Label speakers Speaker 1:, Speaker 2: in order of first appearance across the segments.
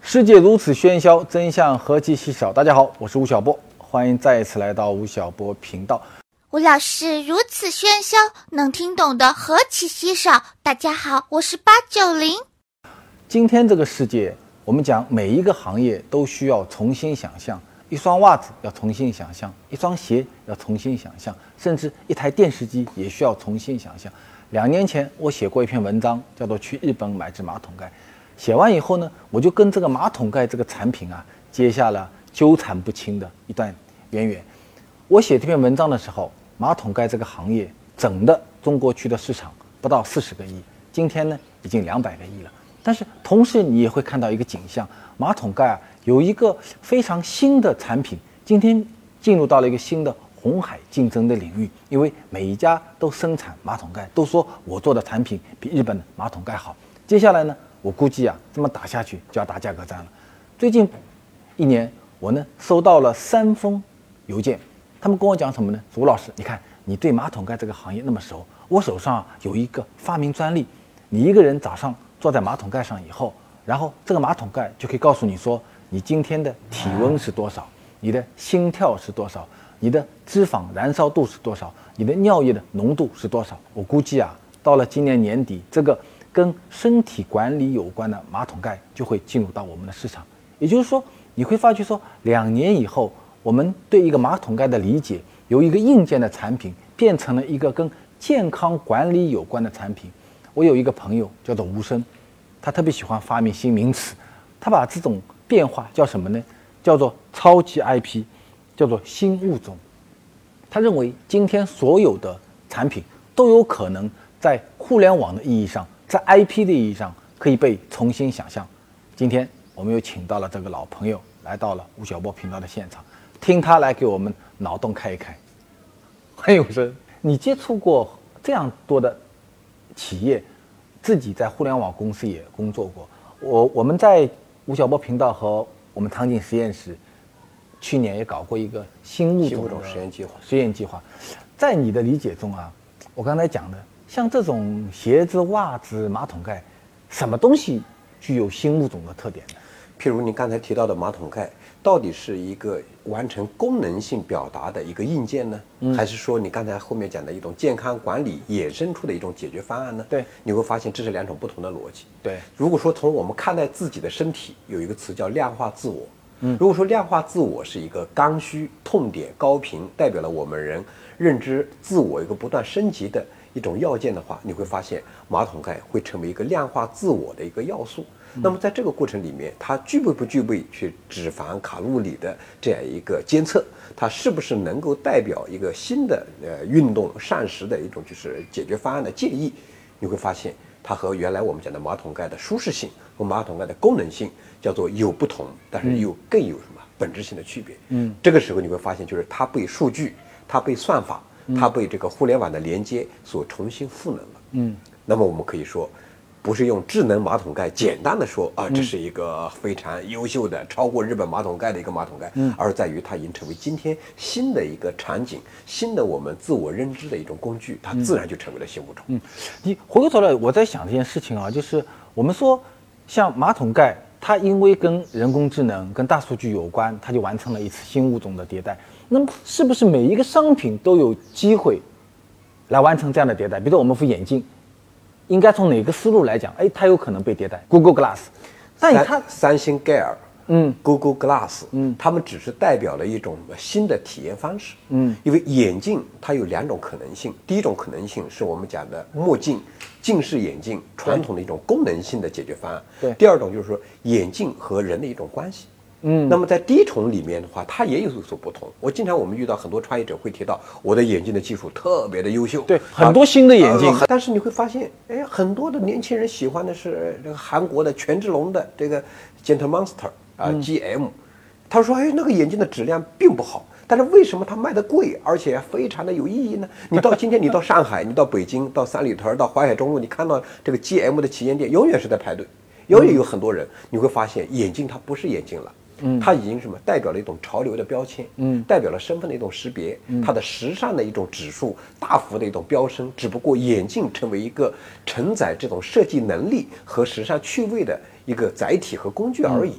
Speaker 1: 世界如此喧嚣，真相何其稀少。大家好，我是吴晓波，欢迎再一次来到吴晓波频道。
Speaker 2: 吴老师如此喧嚣，能听懂的何其稀少。大家好，我是八九零。
Speaker 1: 今天这个世界，我们讲每一个行业都需要重新想象，一双袜子要重新想象，一双鞋要重新想象，甚至一台电视机也需要重新想象。两年前，我写过一篇文章，叫做《去日本买只马桶盖》。写完以后呢，我就跟这个马桶盖这个产品啊，结下了纠缠不清的一段渊源。我写这篇文章的时候，马桶盖这个行业整的中国区的市场不到四十个亿，今天呢已经两百个亿了。但是同时你也会看到一个景象，马桶盖啊有一个非常新的产品，今天进入到了一个新的红海竞争的领域，因为每一家都生产马桶盖，都说我做的产品比日本的马桶盖好。接下来呢，我估计啊，这么打下去就要打价格战了。最近一年，我呢收到了三封邮件，他们跟我讲什么呢？说吴老师，你看你对马桶盖这个行业那么熟，我手上、啊、有一个发明专利，你一个人早上坐在马桶盖上以后，然后这个马桶盖就可以告诉你说，你今天的体温是多少，你的心跳是多少，你的脂肪燃烧度是多少，你的尿液的浓度是多少。我估计啊，到了今年年底，这个。跟身体管理有关的马桶盖就会进入到我们的市场，也就是说，你会发觉说，两年以后，我们对一个马桶盖的理解，由一个硬件的产品变成了一个跟健康管理有关的产品。我有一个朋友叫做吴生，他特别喜欢发明新名词，他把这种变化叫什么呢？叫做超级 IP，叫做新物种。他认为今天所有的产品都有可能在互联网的意义上。在 IP 的意义上，可以被重新想象。今天我们又请到了这个老朋友，来到了吴晓波频道的现场，听他来给我们脑洞开一开。 欢迎吴生，你接触过这样多的企业，自己在互联网公司也工作过。我我们在吴晓波频道和我们唐景实验室，去年也搞过一个新物种
Speaker 3: 实验计划。
Speaker 1: 实验计划，在你的理解中啊，我刚才讲的。像这种鞋子、袜子、马桶盖，什么东西具有新物种的特点呢？
Speaker 3: 譬如您刚才提到的马桶盖，到底是一个完成功能性表达的一个硬件呢，嗯、还是说你刚才后面讲的一种健康管理衍生出的一种解决方案呢？
Speaker 1: 对，
Speaker 3: 你会发现这是两种不同的逻辑。
Speaker 1: 对，
Speaker 3: 如果说从我们看待自己的身体，有一个词叫量化自我。嗯，如果说量化自我是一个刚需、痛点、高频，代表了我们人认知自我一个不断升级的。一种要件的话，你会发现马桶盖会成为一个量化自我的一个要素。那么在这个过程里面，它具备不具备去脂肪、卡路里的这样一个监测？它是不是能够代表一个新的呃运动膳食的一种就是解决方案的建议？你会发现它和原来我们讲的马桶盖的舒适性和马桶盖的功能性叫做有不同，但是又更有什么本质性的区别？嗯，这个时候你会发现，就是它被数据，它被算法。它被这个互联网的连接所重新赋能了。嗯，那么我们可以说，不是用智能马桶盖简单的说啊，这是一个非常优秀的、超过日本马桶盖的一个马桶盖，嗯、而在于它已经成为今天新的一个场景、新的我们自我认知的一种工具，它自然就成为了新物种。
Speaker 1: 嗯，你回过头来，我在想这件事情啊，就是我们说，像马桶盖，它因为跟人工智能、跟大数据有关，它就完成了一次新物种的迭代。那么，是不是每一个商品都有机会来完成这样的迭代？比如说，我们副眼镜，应该从哪个思路来讲？哎，它有可能被迭代。Google Glass，但
Speaker 3: 呃
Speaker 1: 你看
Speaker 3: 三星盖尔，
Speaker 1: 嗯
Speaker 3: ，Google Glass，
Speaker 1: 嗯，
Speaker 3: 他们只是代表了一种新的体验方式，
Speaker 1: 嗯，
Speaker 3: 因为眼镜它有两种可能性，第一种可能性是我们讲的墨镜。近视眼镜传统的一种功能性的解决方案，
Speaker 1: 对。
Speaker 3: 第二种就是说眼镜和人的一种关系，
Speaker 1: 嗯，
Speaker 3: 那么在第一重里面的话，它也有所不同。我经常我们遇到很多创业者会提到，我的眼镜的技术特别的优秀，
Speaker 1: 对
Speaker 3: 啊
Speaker 1: 很多新的眼镜
Speaker 3: 呃但是你会发现，哎，很多的年轻人喜欢的是这个韩国的权志龙的这个 Gentle Monster 啊、GM，他说哎那个眼镜的质量并不好。但是为什么它卖的贵，而且非常的有意义呢？你到今天，你到上海，你到北京，到三里屯，到淮海中路，你看到这个 GM 的旗舰店，永远是在排队，永远有很多人。你会发现，眼镜它不是眼镜了。嗯，它已经什么代表了一种潮流的标签，
Speaker 1: 嗯
Speaker 3: 代表了身份的一种识别，它的时尚的一种指数大幅的一种飙升。只不过眼镜成为一个承载这种设计能力和时尚趣味的一个载体和工具而已。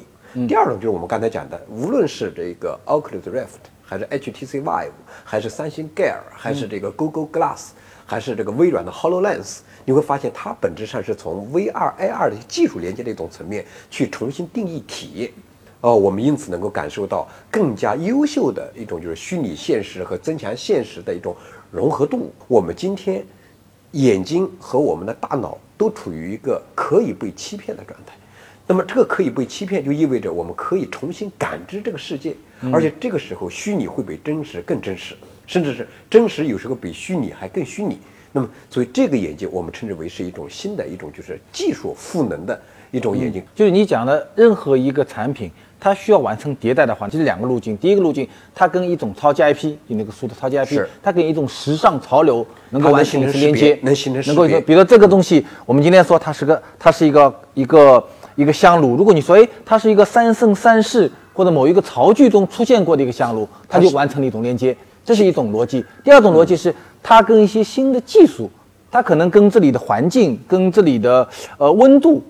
Speaker 3: 第二种就是我们刚才讲的，无论是这个 Oculus Rift，还是 HTC Vive，还是三星 Gear，还是这个 Google Glass，还是这个微软的 HoloLens，你会发现它本质上是从 VR、AR 的技术连接的一种层面去重新定义体验。哦，我们因此能够感受到更加优秀的一种就是虚拟现实和增强现实的一种融合度。我们今天眼睛和我们的大脑都处于一个可以被欺骗的状态。那么这个可以被欺骗，就意味着我们可以重新感知这个世界，而且这个时候虚拟会比真实更真实，甚至是真实有时候比虚拟还更虚拟。那么，所以这个眼睛我们称之为是一种新的一种就是技术赋能的一种眼睛。
Speaker 1: 就是你讲的任何一个产品，它需要完成迭代的话，就是两个路径。第一个路径，它跟一种超级 IP，就那个书的超级 IP，
Speaker 3: 是
Speaker 1: 它跟一种时尚潮流能够
Speaker 3: 它能
Speaker 1: 完成一
Speaker 3: 形
Speaker 1: 次
Speaker 3: 成
Speaker 1: 连
Speaker 3: 识别
Speaker 1: 接，
Speaker 3: 能形成识
Speaker 1: 能够一
Speaker 3: 别
Speaker 1: 个，比如说这个东西，我们今天说它是个，它是一个一个一个香炉。如果你说，哎，它是一个三圣三世或者某一个潮剧中出现过的一个香炉，它就完成了一种连接，这是一种逻辑。第二种逻辑是，它跟一些新的技术，它可能跟这里的环境、跟这里的呃温度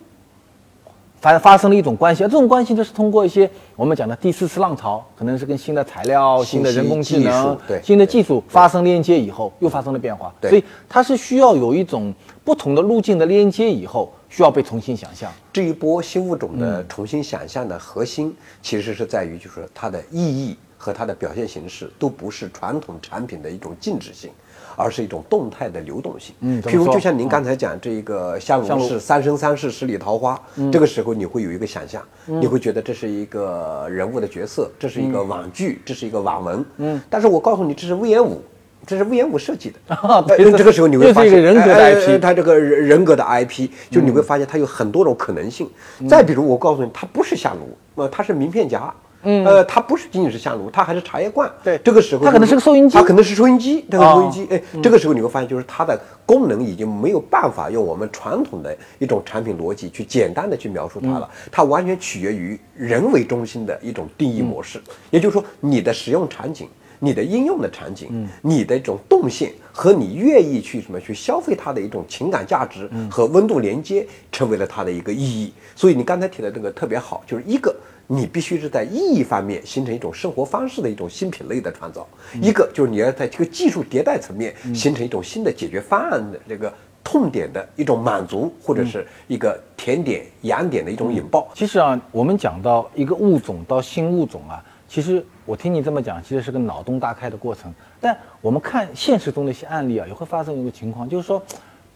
Speaker 1: 发发生了一种关系，而这种关系就是通过一些我们讲的第四次浪潮，可能是跟新的材料、新
Speaker 3: 信息
Speaker 1: 的人工智
Speaker 3: 技
Speaker 1: 能
Speaker 3: 术、对
Speaker 1: 新的技术发生链接以后，又发生了变化，
Speaker 3: 对
Speaker 1: 所以它是需要有一种不同的路径的连接以后，需要被重新想象。
Speaker 3: 这一波新物种
Speaker 1: 嗯
Speaker 3: 的重新想象的核心，其实是在于就是说它的意义和它的表现形式都不是传统产品的一种静止性，而是一种动态的流动性。
Speaker 1: 嗯怎
Speaker 3: 譬
Speaker 1: 么
Speaker 3: 如
Speaker 1: 说嗯
Speaker 3: 就像您刚才讲这个香
Speaker 1: 香炉嗯
Speaker 3: 炉是三生三世十里桃花，这个时候你会有一个想象，你会觉得这是一个人物的角色，这是一
Speaker 1: 嗯
Speaker 3: 个网剧，这是一个网文。嗯，但是我告诉你，这是魏延武。这是魏延武设计的，
Speaker 1: 啊对
Speaker 3: 呃这个时候你
Speaker 1: 这
Speaker 3: 会
Speaker 1: 是
Speaker 3: 发
Speaker 1: 一
Speaker 3: 现
Speaker 1: 个人格的
Speaker 3: 哎哎
Speaker 1: IP
Speaker 3: 哎它这个人人格的 IP，就你会发现它有很多种可能性。
Speaker 1: 嗯
Speaker 3: 再比如，我告诉你，它不是香炉，呃，它是名片夹。嗯，呃，它不是仅仅是香炉，它还是茶叶罐。
Speaker 1: 对
Speaker 3: 这个时候
Speaker 1: 它可能是个收音机
Speaker 3: 它可能是收音机，它可能是收音
Speaker 1: 哦
Speaker 3: 机。哎，这个时候你会发现，就是它的功能已经没有办法用我们传统的一种产品逻辑去简单的去描述它了，它完全取决于人为中心的一种定义模式。也就是说，你的使用场景、你的应用的场景、你的一种动线和你愿意去什么去消费它的一种情感价值和温度连接，成为了它的一个意义。所以你刚才提的这个特别好，就是一个。你必须是在意义方面形成一种生活方式的一种新品类的创造，一个就是你要在这个技术迭代层面形成一种新的解决方案的这个痛点的一种满足，或者是一个甜点痒点的一种引爆。
Speaker 1: 其实啊，我们讲到一个物种到新物种啊，其实我听你这么讲，其实是个脑洞大开的过程。但我们看现实中的一些案例啊，也会发生一个情况，就是说，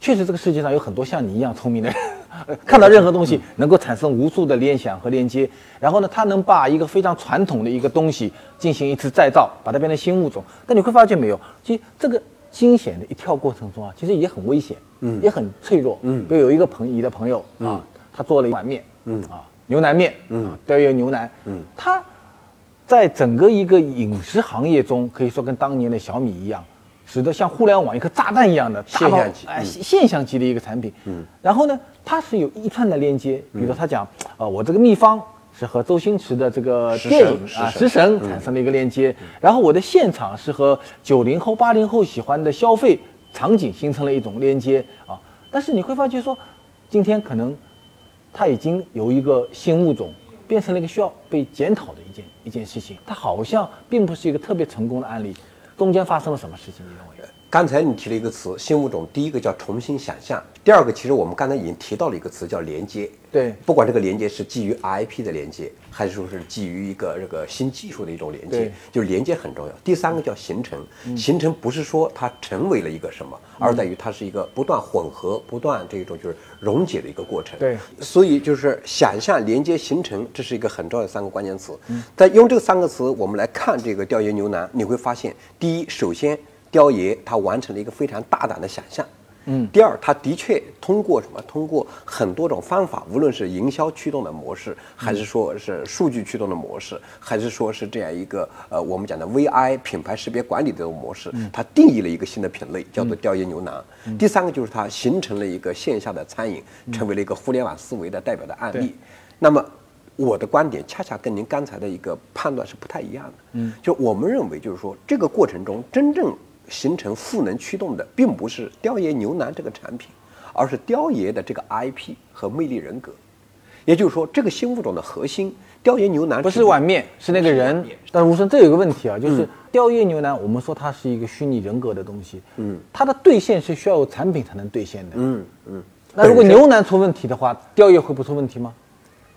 Speaker 1: 确实这个世界上有很多像你一样聪明的人， 呃看到任何东西能够产生无数的联想和链接，然后呢，他能把一个非常传统的一个东西进行一次再造，把它变成新物种。但你会发现没有，其实这个惊险的一跳过程中啊，其实也很危险，嗯，也很脆弱，嗯，比如有一个朋你的朋友啊，他做了一碗面，嗯啊，牛腩面，嗯，雕爷牛腩，嗯，他在整个一个饮食行业中，可以说跟当年的小米一样，使得像互联网一颗炸弹一样的大
Speaker 3: 现
Speaker 1: 到
Speaker 3: 象级
Speaker 1: 哎
Speaker 3: 嗯
Speaker 1: 现象级的一个产品。嗯，然后呢，它是有一串的链接，比如说他讲，啊，我这个秘方是和周星驰的这个
Speaker 3: 食
Speaker 1: 电
Speaker 3: 神
Speaker 1: 影啊
Speaker 3: 食神嗯
Speaker 1: 食神产生了一个链接，然后我的现场是和九零后、八零后喜欢的消费场景形成了一种链接啊。但是你会发觉说，今天可能它已经由一个新物种变成了一个需要被检讨的一件一件事情，它好像并不是一个特别成功的案例。中间发生了什么事情？你认为？
Speaker 3: 刚才你提了一个词，新物种，第一个叫重新想象，第二个其实我们刚才已经提到了一个词叫连接。
Speaker 1: 对
Speaker 3: 不管这个连接是基于 IP 的连接，还是说是基于一个这个新技术的一种连接
Speaker 1: 对，嗯
Speaker 3: 就是连接很重要。第三个叫形成，形成不是说它成为了一个什么，而在于它是一个不断混合、不断这种就是溶解的一个过程。
Speaker 1: 对
Speaker 3: 所以就是想象、连接、形成，这是一个很重要的三个关键词。但用这三个词，我们来看这个雕爷牛腩，你会发现，第一，首先雕爷他完成了一个非常大胆的想象。嗯，第二，他的确通过什么？通过很多种方法，无论是营销驱动的模式，还是说是数据驱动的模式，还是说是这样一个呃我们讲的 VI 品牌识别管理的这种模
Speaker 1: 嗯
Speaker 3: 式，它定义了一个新的品类，叫做雕爷牛腩。第三个就是它形成了一个线下的餐饮，
Speaker 1: 嗯
Speaker 3: 成为了一个互联网思维的代表的案例。那么我的观点恰恰跟您刚才的一个判断是不太一样的。嗯，就我们认为，就是说这个过程中真正形成赋能驱动的，并不是雕爷牛腩这个产品，而是雕爷的这个 IP 和魅力人格。也就是说，这个新物种的核心雕爷牛腩
Speaker 1: 不
Speaker 3: 只
Speaker 1: 是碗面，是那个人
Speaker 3: 不是碗面。
Speaker 1: 但吴声，这有个问题啊，就是雕爷牛腩，我们说它是一个虚拟人格的东西，嗯，它的兑现是需要有产品才能兑现的，嗯嗯。那如果
Speaker 3: 本身
Speaker 1: 牛腩出问题的话，雕爷会不出问题吗？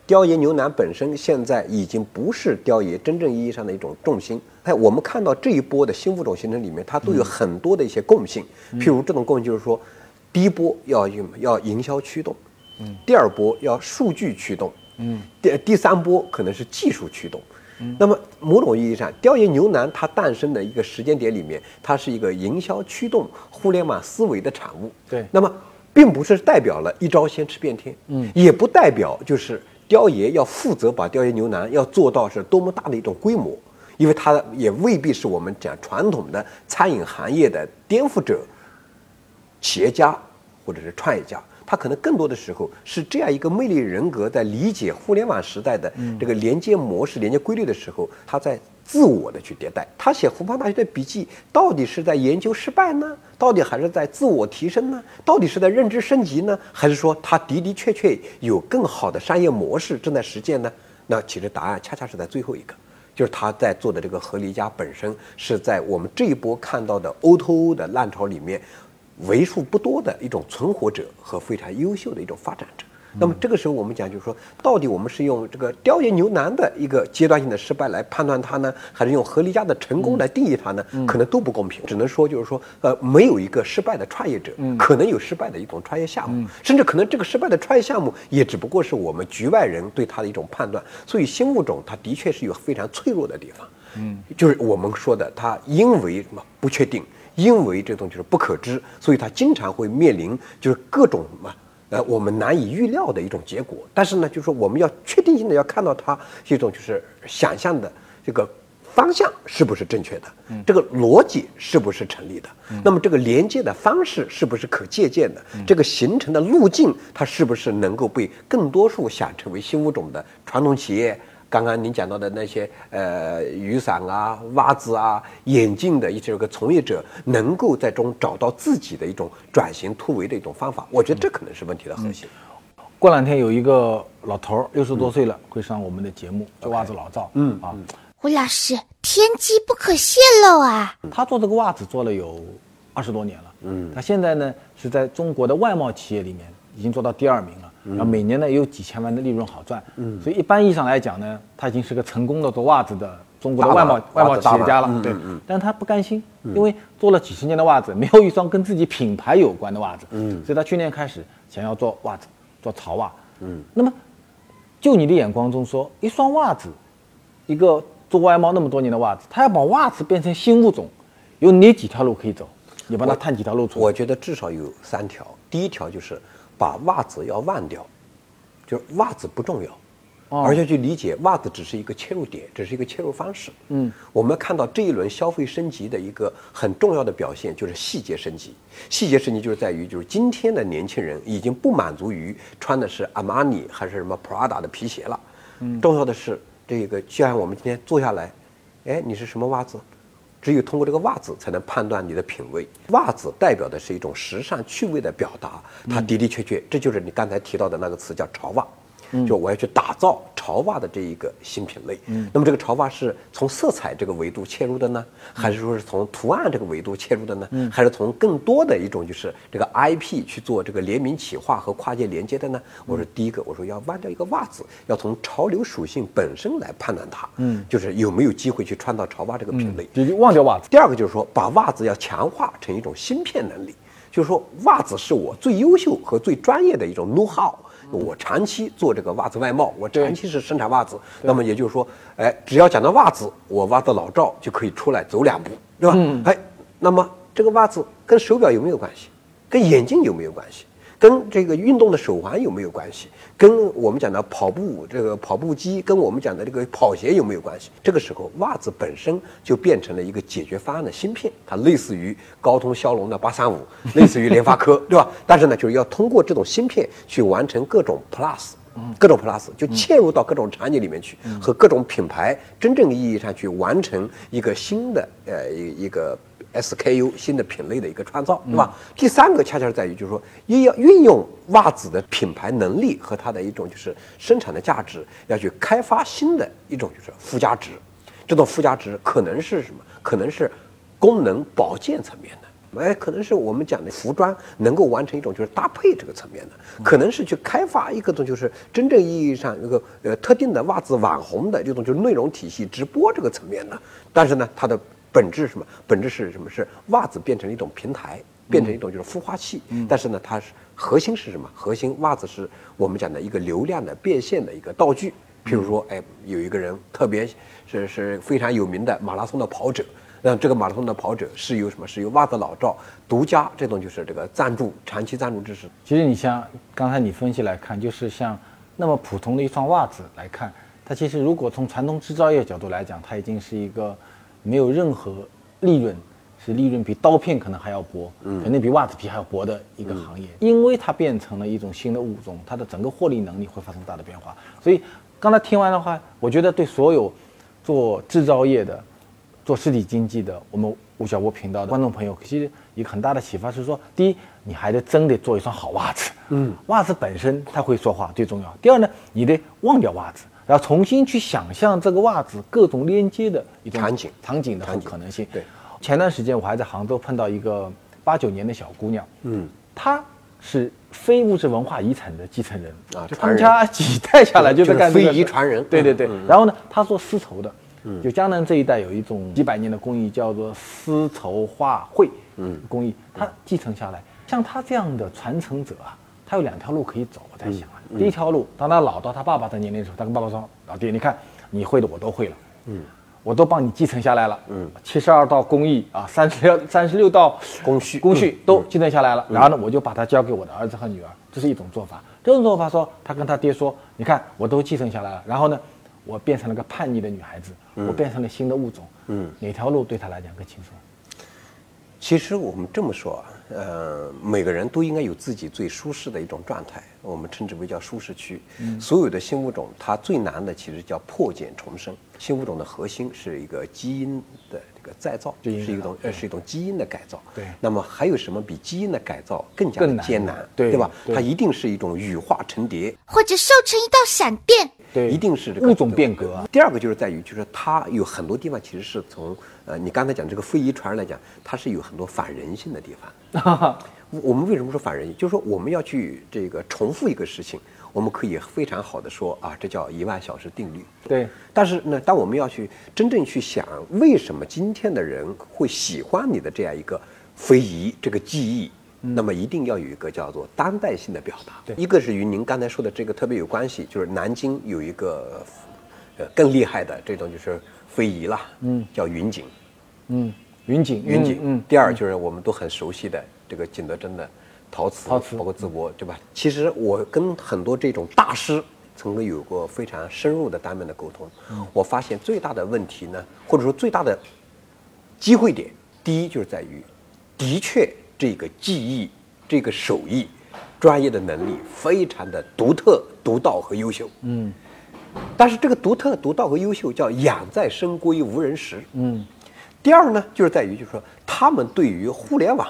Speaker 3: 雕爷牛腩本身现在已经不是雕爷真正意义上的一种重心。哎，我们看到这一波的新物种形成里面，它都有很多的一些共性，譬如这种共性就是说，第一波要用要营销驱动，嗯，第二波要数据驱动，嗯，第第三波可能是技术驱动。那么，某种意义上，雕爷牛腩它诞生的一个时间点里面，它是一个营销驱动互联网思维的产物。
Speaker 1: 对
Speaker 3: 那么并不是代表了一招先吃遍天，嗯，也不代表就是雕爷要负责把雕爷牛腩要做到是多么大的一种规模，因为它也未必是我们讲传统的餐饮行业的颠覆者、企业家或者是创业家。他可能更多的时候是这样一个魅力人格，在理解互联网时代的这个连接模式、连接规律的时候，他在自我的去迭代。他写湖畔大学的笔记，到底是在研究失败呢，到底还是在自我提升呢？到底是在认知升级呢，还是说他的的确确有更好的商业模式正在实践呢？那其实答案恰恰是在最后一个。就是他在做的这个合理家本身是在我们这一波看到的 O2O 的浪潮里面为数不多的一种存活者和非常优秀的一种发展者。那么这个时候，我们讲就是说，到底我们是用这个雕爷牛腩的一个阶段性的失败来判断它呢，还是用合理家的成功来定义它呢？可能都不公平，只能说就是说，呃，没有一个失败的创业者，可能有失败的一种创业项目，甚至可能这个失败的创业项目也只不过是我们局外人对它的一种判断。所以新物种它的确是有非常脆弱的地方，嗯，就是我们说的，它因为什么不确定。因为这东西是不可知，所以它经常会面临就是各种什么呃我们难以预料的一种结果。但是呢，就是说我们要确定性的要看到它是一种就是想象的这个方向是不是正确的，这个逻辑是不是成立的，那么这个连接的方式是不是可借鉴的，这个形成的路径它是不是能够被更多数想成为新物种的传统企业。刚刚您讲到的那些呃雨伞啊、袜子啊、眼镜的一些个从业者，能够在中找到自己的一种转型突围的一种方法，我觉得这可能是问题的核心。
Speaker 1: 过两天有一个老头儿，六十多岁了，会上我们的节目，叫袜子老赵，嗯啊，
Speaker 2: 胡老师，天机不可泄露啊！
Speaker 1: 他做这个袜子做了有二十多年了，嗯，他现在呢是在中国的外贸企业里面已经做到第二名了，
Speaker 3: 嗯
Speaker 1: 然后每年呢也有几千万的利润好赚，嗯，所以一般意义上来讲呢，他已经是个成功的做袜子的中国的
Speaker 3: 大
Speaker 1: 外
Speaker 3: 腕
Speaker 1: 贸外贸
Speaker 3: 袜子
Speaker 1: 企
Speaker 3: 大
Speaker 1: 业家
Speaker 3: 腕
Speaker 1: 了，
Speaker 3: 嗯
Speaker 1: 对，但他不甘心，因为做了几十年的袜子，没有一双跟自己品牌有关的袜子，嗯，所以他去年开始想要做袜子，做潮袜，嗯，那么就你的眼光中说，一双袜子，一个做外贸那么多年的袜子，他要把袜子变成新物种，有哪几条路可以走？你帮他探几条路出
Speaker 3: 我
Speaker 1: 来？
Speaker 3: 觉得至少有三条，第一条就是把袜子要忘掉，就是袜子不重要。
Speaker 1: 哦
Speaker 3: 而且去理解袜子只是一个切入点，只是一个切入方式。嗯，我们看到这一轮消费升级的一个很重要的表现就是细节升级。细节升级就是在于，就是今天的年轻人已经不满足于穿的是阿玛尼还是什么 Prada 的皮鞋了。嗯，重要的是这个，就像我们今天坐下来，哎，你是什么袜子？只有通过这个袜子，才能判断你的品味。袜子代表的是一种时尚趣味的表达，它的的确确，这就是你刚才提到的那个词叫潮袜。就我要去打造潮袜的这一个新品类。那么这个潮袜是从色彩这个维度切入的呢，还是说是从图案这个维度切入的呢？还是从更多的一种就是这个 IP 去做这个联名企划和跨界连接的呢？我说第一个，我说要弯掉一个袜子，要从潮流属性本身来判断它，嗯，就是有没有机会去穿到潮袜这个品类。
Speaker 1: 就忘掉袜子。
Speaker 3: 第二个就是说，把袜子要强化成一种芯片能力，就是说袜子是我最优秀和最专业的一种 know how。我长期做这个袜子外贸，我长期是生产袜子，那么也就是说，哎，只要讲到袜子，我袜子老赵就可以出来走两步，对吧？哎，那么这个袜子跟手表有没有关系？跟眼镜有没有关系？跟这个运动的手环有没有关系？跟我们讲的跑步这个跑步机，跟我们讲的这个跑鞋有没有关系？这个时候，袜子本身就变成了一个解决方案的芯片，它类似于高通骁龙的八三五，类似于联发科，对吧？但是呢，就是要通过这种芯片去完成各种 plus。各种 plus 就切入到各种场景里面去，和各种品牌真正意义上去完成一个新的呃一一个 SKU 新的品类的一个创造，对吧？第三个恰恰是在于，就是说，也要运用袜子的品牌能力和它的一种就是生产的价值，要去开发新的一种就是附加值。这种附加值可能是什么？可能是功能保健层面的。哎，可能是我们讲的服装能够完成一种就是搭配这个层面的，可能是去开发一个种就是真正意义上一个呃特定的袜子网红的这种就是内容体系直播这个层面的。但是呢，它的本质是什么？本质是什么？是袜子变成一种平台，变成一种就是孵化器。但是呢，它是核心是什么？核心袜子是我们讲的一个流量的变现的一个道具。譬如说，哎，有一个人特别是是非常有名的马拉松的跑者，那这个马拉松的跑者是由什么？是由袜子老赵独家这种就是这个赞助，长期赞助支持。
Speaker 1: 其实你像刚才你分析来看，就是像那么普通的一双袜子来看，它其实如果从传统制造业角度来讲，它已经是一个没有任何利润，是利润比刀片可能还要薄，肯定比袜子皮还要薄的一个行业。因为它变成了一种新的物种，它的整个获利能力会发生大的变化。所以刚才听完的话，我觉得对所有做制造业的、做实体经济的，我们吴晓波频道的观众朋友，其实一个很大的启发是说，第一，你还得真得做一双好袜子，嗯，袜子本身它会说话最重要。第二呢，你得忘掉袜子，然后重新去想象这个袜子各种连接的一种
Speaker 3: 场景
Speaker 1: 场景的
Speaker 3: 场景
Speaker 1: 可能性。
Speaker 3: 对，
Speaker 1: 前段时间我还在杭州碰到一个八九年的小姑娘，
Speaker 3: 嗯，
Speaker 1: 她是非物质文化遗产的继承人
Speaker 3: 啊
Speaker 1: 就
Speaker 3: 传
Speaker 1: 他们
Speaker 3: 人
Speaker 1: 家几代下来就
Speaker 3: 就是是
Speaker 1: 干这
Speaker 3: 非
Speaker 1: 个
Speaker 3: 遗
Speaker 1: 事儿
Speaker 3: 传人
Speaker 1: 对对
Speaker 3: 嗯
Speaker 1: 对。然后呢，她做丝绸的，就江南这一带有一种几百年的工艺叫做丝绸画绘，嗯，工艺它继承下来，像她这样的传承者啊，他有两条路可以走，我在想啊，第一条路，当他老到他爸爸的年龄的时候，他跟爸爸说：“老爹，你看你会的我都会了。”我都帮你继承下来了，嗯，七十二道工艺啊，三十六三十六道
Speaker 3: 工序
Speaker 1: 工序嗯都继承下来了。然后呢，我就把它交给我的儿子和女儿，这是一种做法。这种做法说，他跟他爹说，你看我都继承下来了，然后呢，我变成了个叛逆的女孩子，我变成了新的物种，嗯，哪条路对他来讲更轻松？
Speaker 3: 其实我们这么说啊，呃，每个人都应该有自己最舒适的一种状态，我们称之为叫舒适区。
Speaker 1: 嗯
Speaker 3: 所有的新物种，它最难的其实叫破茧重生。新物种的核心是一个基因的这个再造，
Speaker 1: 基因
Speaker 3: 是一
Speaker 1: 改
Speaker 3: 种呃是一种基因的改造。
Speaker 1: 对
Speaker 3: 那么还有什么比基因的改造更加
Speaker 1: 更
Speaker 3: 的
Speaker 1: 难
Speaker 3: 艰难？
Speaker 1: 对
Speaker 3: 吧？
Speaker 1: 对
Speaker 3: 它一定是一种羽化成蝶，
Speaker 2: 或者瘦成一道闪电。
Speaker 1: 对，
Speaker 3: 一定是这个
Speaker 1: 物种变革啊，。
Speaker 3: 第二个就是在于，就是它有很多地方其实是从呃，你刚才讲这个非遗传来讲，它是有很多反人性的地方。
Speaker 1: 啊
Speaker 3: 我们为什么说反人性？就是说我们要去这个重复一个事情，我们可以非常好的说啊，这叫一万小时定律。
Speaker 1: 对，
Speaker 3: 但是呢，当我们要去真正去想，为什么今天的人会喜欢你的这样一个非遗这个技艺，那么一定要有一个叫做当代性的表达。
Speaker 1: 嗯对
Speaker 3: 一个是与您刚才说的这个特别有关系，就是南京有一个呃更厉害的这种就是非遗啦，嗯，叫云锦。
Speaker 1: 嗯，云锦，
Speaker 3: 云锦，
Speaker 1: 嗯，
Speaker 3: 第二就是我们都很熟悉的这个景德镇的陶瓷，
Speaker 1: 陶瓷
Speaker 3: 包括淄博，对吧？其实我跟很多这种大师曾经有过非常深入的当面的沟通，
Speaker 1: 嗯
Speaker 3: 我发现最大的问题呢，或者说最大的机会点，第一就是在于，的确这个技艺、这个手艺、专业的能力非常的独特、独到和优秀，嗯。但是这个独特、独到和优秀叫养在深闺无人识。嗯。第二呢，就是在于就是说，他们对于互联网，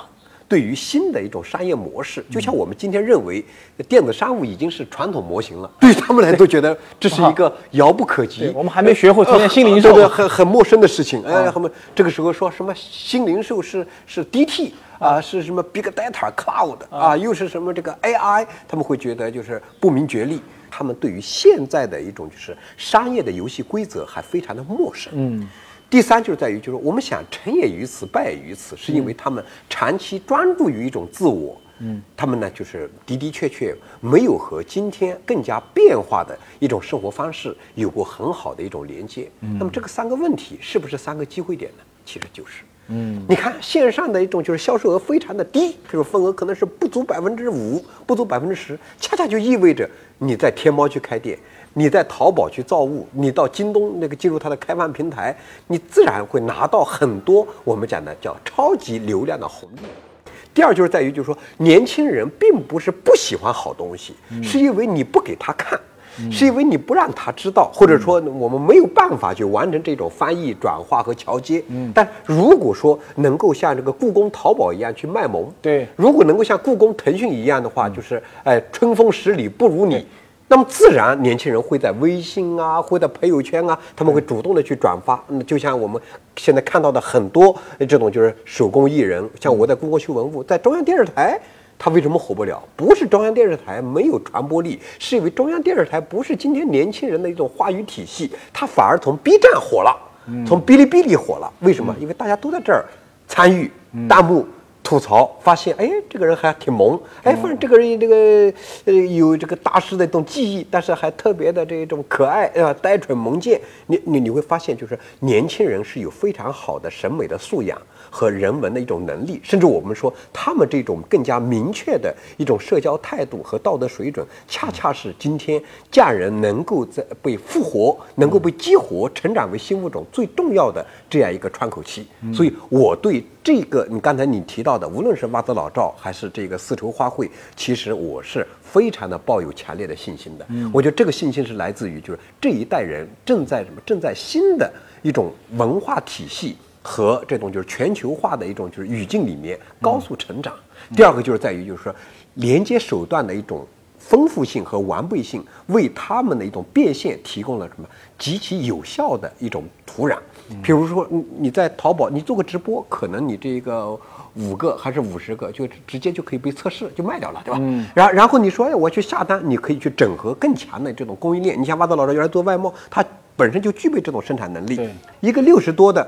Speaker 3: 对于新的一种商业模
Speaker 1: 嗯
Speaker 3: 式，就像我们今天认为呃电子商务已经是传统模型了，对他们来都觉得这是一个遥不可及
Speaker 1: 啊对。我们还没学会
Speaker 3: 呃
Speaker 1: 推荐新零
Speaker 3: 呃 对
Speaker 1: 售
Speaker 3: 对很很陌生的事情。
Speaker 1: 啊
Speaker 3: 哎，他们这个时候说什么新零售是是 DT 啊，是什么 Big Data Cloud 啊，又是什么这个 AI，他们会觉得就是不明觉厉。他们对于现在的一种就是商业的游戏规则还非常的陌生。嗯。第三就是在于，就是我们想成也于此，败也于此，是因为他们长期专注于一种自我，嗯，他们呢就是的的确确没有和今天更加变化的一种生活方式有过很好的一种连接。嗯那么这个三个问题是不是三个机会点呢？其实就是。嗯，你看线上的一种就是销售额非常的低，这种份额可能是不足百分之五，不足百分之十，恰恰就意味着你在天猫去开店，你在淘宝去造物，你到京东那个进入它的开放平台，你自然会拿到很多我们讲的叫超级流量的红利。第二就是在于，就是说年轻人并不是不喜欢好东西，是因为你不给他看。是因为你不让他知道，或者说我们没有办法去完成这种翻译、转化和桥接。但如果说能够像这个故宫、淘宝一样去卖萌，
Speaker 1: 对
Speaker 3: 如果能够像故宫、腾讯一样的话，就是哎，春风十里不如你。那么自然，年轻人会在微信啊，会在朋友圈啊，他们会主动的去转发。那就像我们现在看到的很多呃这种就是手工艺人，像我在故宫修文物，在中央电视台，他为什么火不了？不是中央电视台没有传播力，是因为中央电视台不是今天年轻人的一种话语体系，它反而从 B 站火了，从哔哩哔哩火了。为什么？因为大家都在这儿参与弹幕。吐槽，发现哎，这个人还挺萌，哎，发现这个人这个呃有这个大师的一种技艺，但是还特别的这种可爱啊、呆蠢萌贱。你你你会发现，就是年轻人是有非常好的审美的素养和人文的一种能力，甚至我们说他们这种更加明确的一种社交态度和道德水准，恰恰是今天匠人能够在被复活、能够被激活、成长为新物种最重要的这样一个窗口期。所以，我对。这个你刚才你提到的，无论是袜子老赵还是这个丝绸花卉，其实我是非常的抱有强烈的信心的。我觉得这个信心是来自于就是这一代人正在什么正在新的一种文化体系和这种就是全球化的一种就是语境里面高速成长。第二个就是在于就是说连接手段的一种。丰富性和完备性为他们的一种变现提供了什么极其有效的一种土壤。比如说，你你在淘宝你做个直播，可能你这个五个还是五十个，就直接就可以被测试就卖掉了，对吧？
Speaker 1: 嗯
Speaker 3: 然后然后你说，哎，我去下单，你可以去整合更强的这种供应链。你像挖到老赵原来做外贸，他本身就具备这种生产能力
Speaker 1: 对。
Speaker 3: 一个六十多的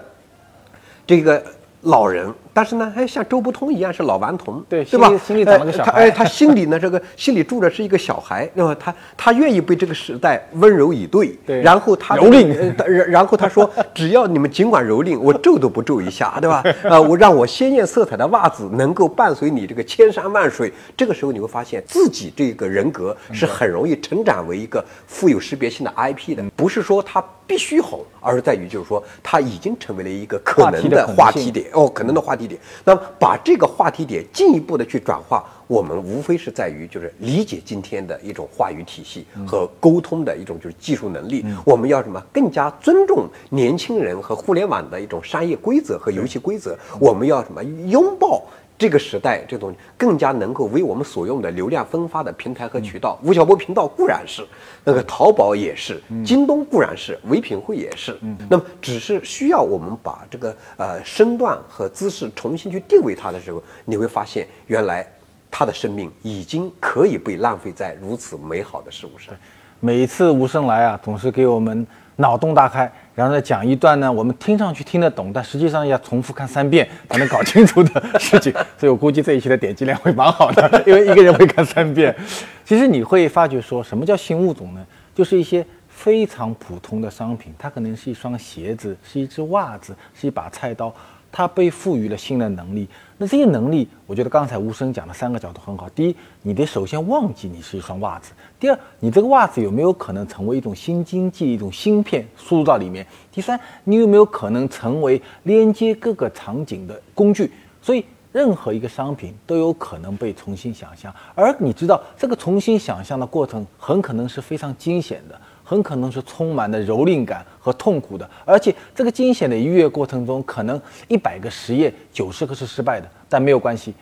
Speaker 3: 这个老人，但是呢，哎，像周伯通一样是老顽童，
Speaker 1: 对
Speaker 3: 对吧
Speaker 1: 心里？心里长了个小孩
Speaker 3: 哎他哎，他心里呢，这个心里住着是一个小孩，那么他他愿意被这个时代温柔以对，
Speaker 1: 对
Speaker 3: 然后他
Speaker 1: 蹂躏
Speaker 3: 呃他然然后他说，只要你们尽管蹂躏，我皱都不皱一下， 对吧？啊，我让我鲜艳色彩的袜子能够伴随你这个千山万水，这个时候你会发现自己这个人格是很容易成长为一个富有识别性的 IP 的，不是说他必须红，而是在于就是说他已经成为了一个可能的话
Speaker 1: 话题的可能性
Speaker 3: 题点哦，可能的话题点。那么把这个话题点进一步的去转化，我们无非是在于就是理解今天的一种话语体系和沟通的一种就是技术能力。
Speaker 1: 嗯
Speaker 3: 我们要什么？更加尊重年轻人和互联网的一种商业规则和游戏规则。我们要什么？拥抱。这个时代，这种更加能够为我们所用的流量分发的平台和渠道，吴晓波频道固然是，那个淘宝也是，京东固然是，唯品会也是。那么，只是需要我们把这个呃身段和姿势重新去定位它的时候，你会发现，原来他的生命已经可以被浪费在如此美好的事物上。
Speaker 1: 每一次吴声来啊，总是给我们脑洞大开，然后再讲一段呢，我们听上去听得懂，但实际上要重复看三遍才能搞清楚 的事情。所以我估计这一期的点击量会蛮好的，因为一个人会看三遍。其实你会发觉说什么叫新物种呢？就是一些非常普通的商品，它可能是一双鞋子，是一只袜子，是一把菜刀，它被赋予了新的能力。那这些能力，我觉得刚才吴声讲的三个角度很好。第一，你得首先忘记你是一双袜子；第二，你这个袜子有没有可能成为一种新经济、一种芯片输入到里面；第三，你有没有可能成为连接各个场景的工具？所以，任何一个商品都有可能被重新想象，而你知道，这个重新想象的过程很可能是非常惊险的，很可能是充满了蹂躏感和痛苦的。而且，这个惊险的愉悦过程中，可能一百个实验九十个是失败的，但没有关系。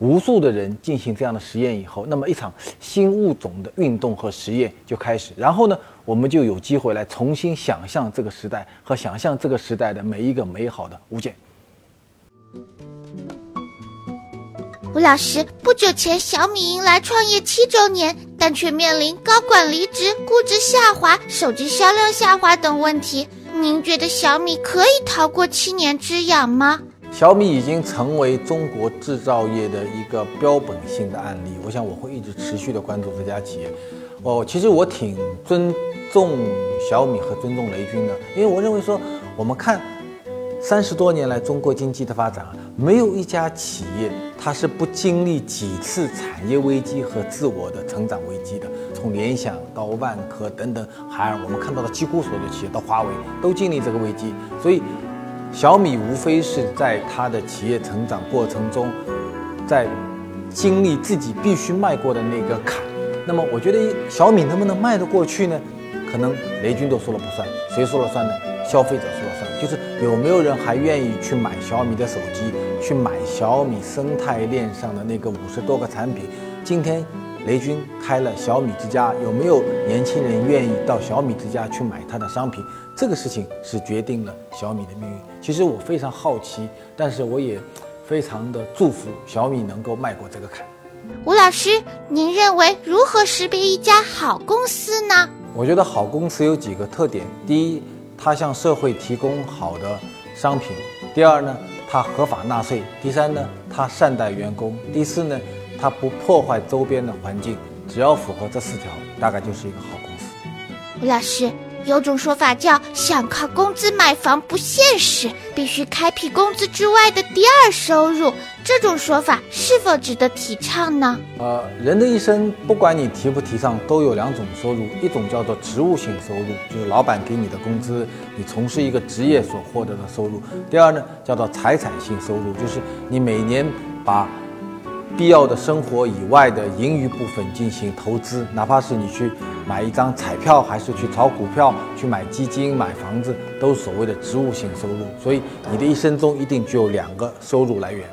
Speaker 1: 无数的人进行这样的实验以后，那么一场新物种的运动和实验就开始。然后呢，我们就有机会来重新想象这个时代和想象这个时代的每一个美好的物件。
Speaker 2: 吴老师，不久前小米迎来创业七周年，但却面临高管离职、估值下滑、手机销量下滑等问题。您觉得小米可以逃过七年之痒吗？
Speaker 1: 小米已经成为中国制造业的一个标本性的案例。我想我会一直持续的关注这家企业。哦，其实我挺尊重小米和尊重雷军的，因为我认为说，我们看三十多年来中国经济的发展啊，没有一家企业它是不经历几次产业危机和自我的成长危机的。从联想到万科等等，海尔，我们看到的几乎所有的企业到华为都经历这个危机，所以小米无非是在它的企业成长过程中，在经历自己必须迈过的那个坎。那么我觉得小米能不能卖得过去呢？可能雷军都说了不算，谁说了算呢？消费者说了算，就是有没有人还愿意去买小米的手机，去买小米生态链上的那个五十多个产品？今天雷军开了小米之家，有没有年轻人愿意到小米之家去买它的商品？这个事情是决定了小米的命运。其实我非常好奇，但是我也非常的祝福小米能够迈过这个坎。
Speaker 2: 吴老师，您认为如何识别一家好公司呢？
Speaker 1: 我觉得好公司有几个特点：第一，它向社会提供好的商品；第二呢，它合法纳税；第三呢，它善待员工；第四呢，它不破坏周边的环境。只要符合这四条，大概就是一个好公司。
Speaker 2: 吴老师，有种说法叫想靠工资买房不现实，必须开辟工资之外的第二收入，这种说法是否值得提倡呢？
Speaker 1: 呃，人的一生，不管你提不提倡，都有两种收入，一种叫做职务性收入，就是老板给你的工资，你从事一个职业所获得的收入；第二呢，叫做财产性收入，就是你每年把必要的生活以外的盈余部分进行投资，哪怕是你去买一张彩票，还是去炒股票、去买基金、买房子，都是所谓的职务性收入。所以你的一生中一定只有两个收入来源。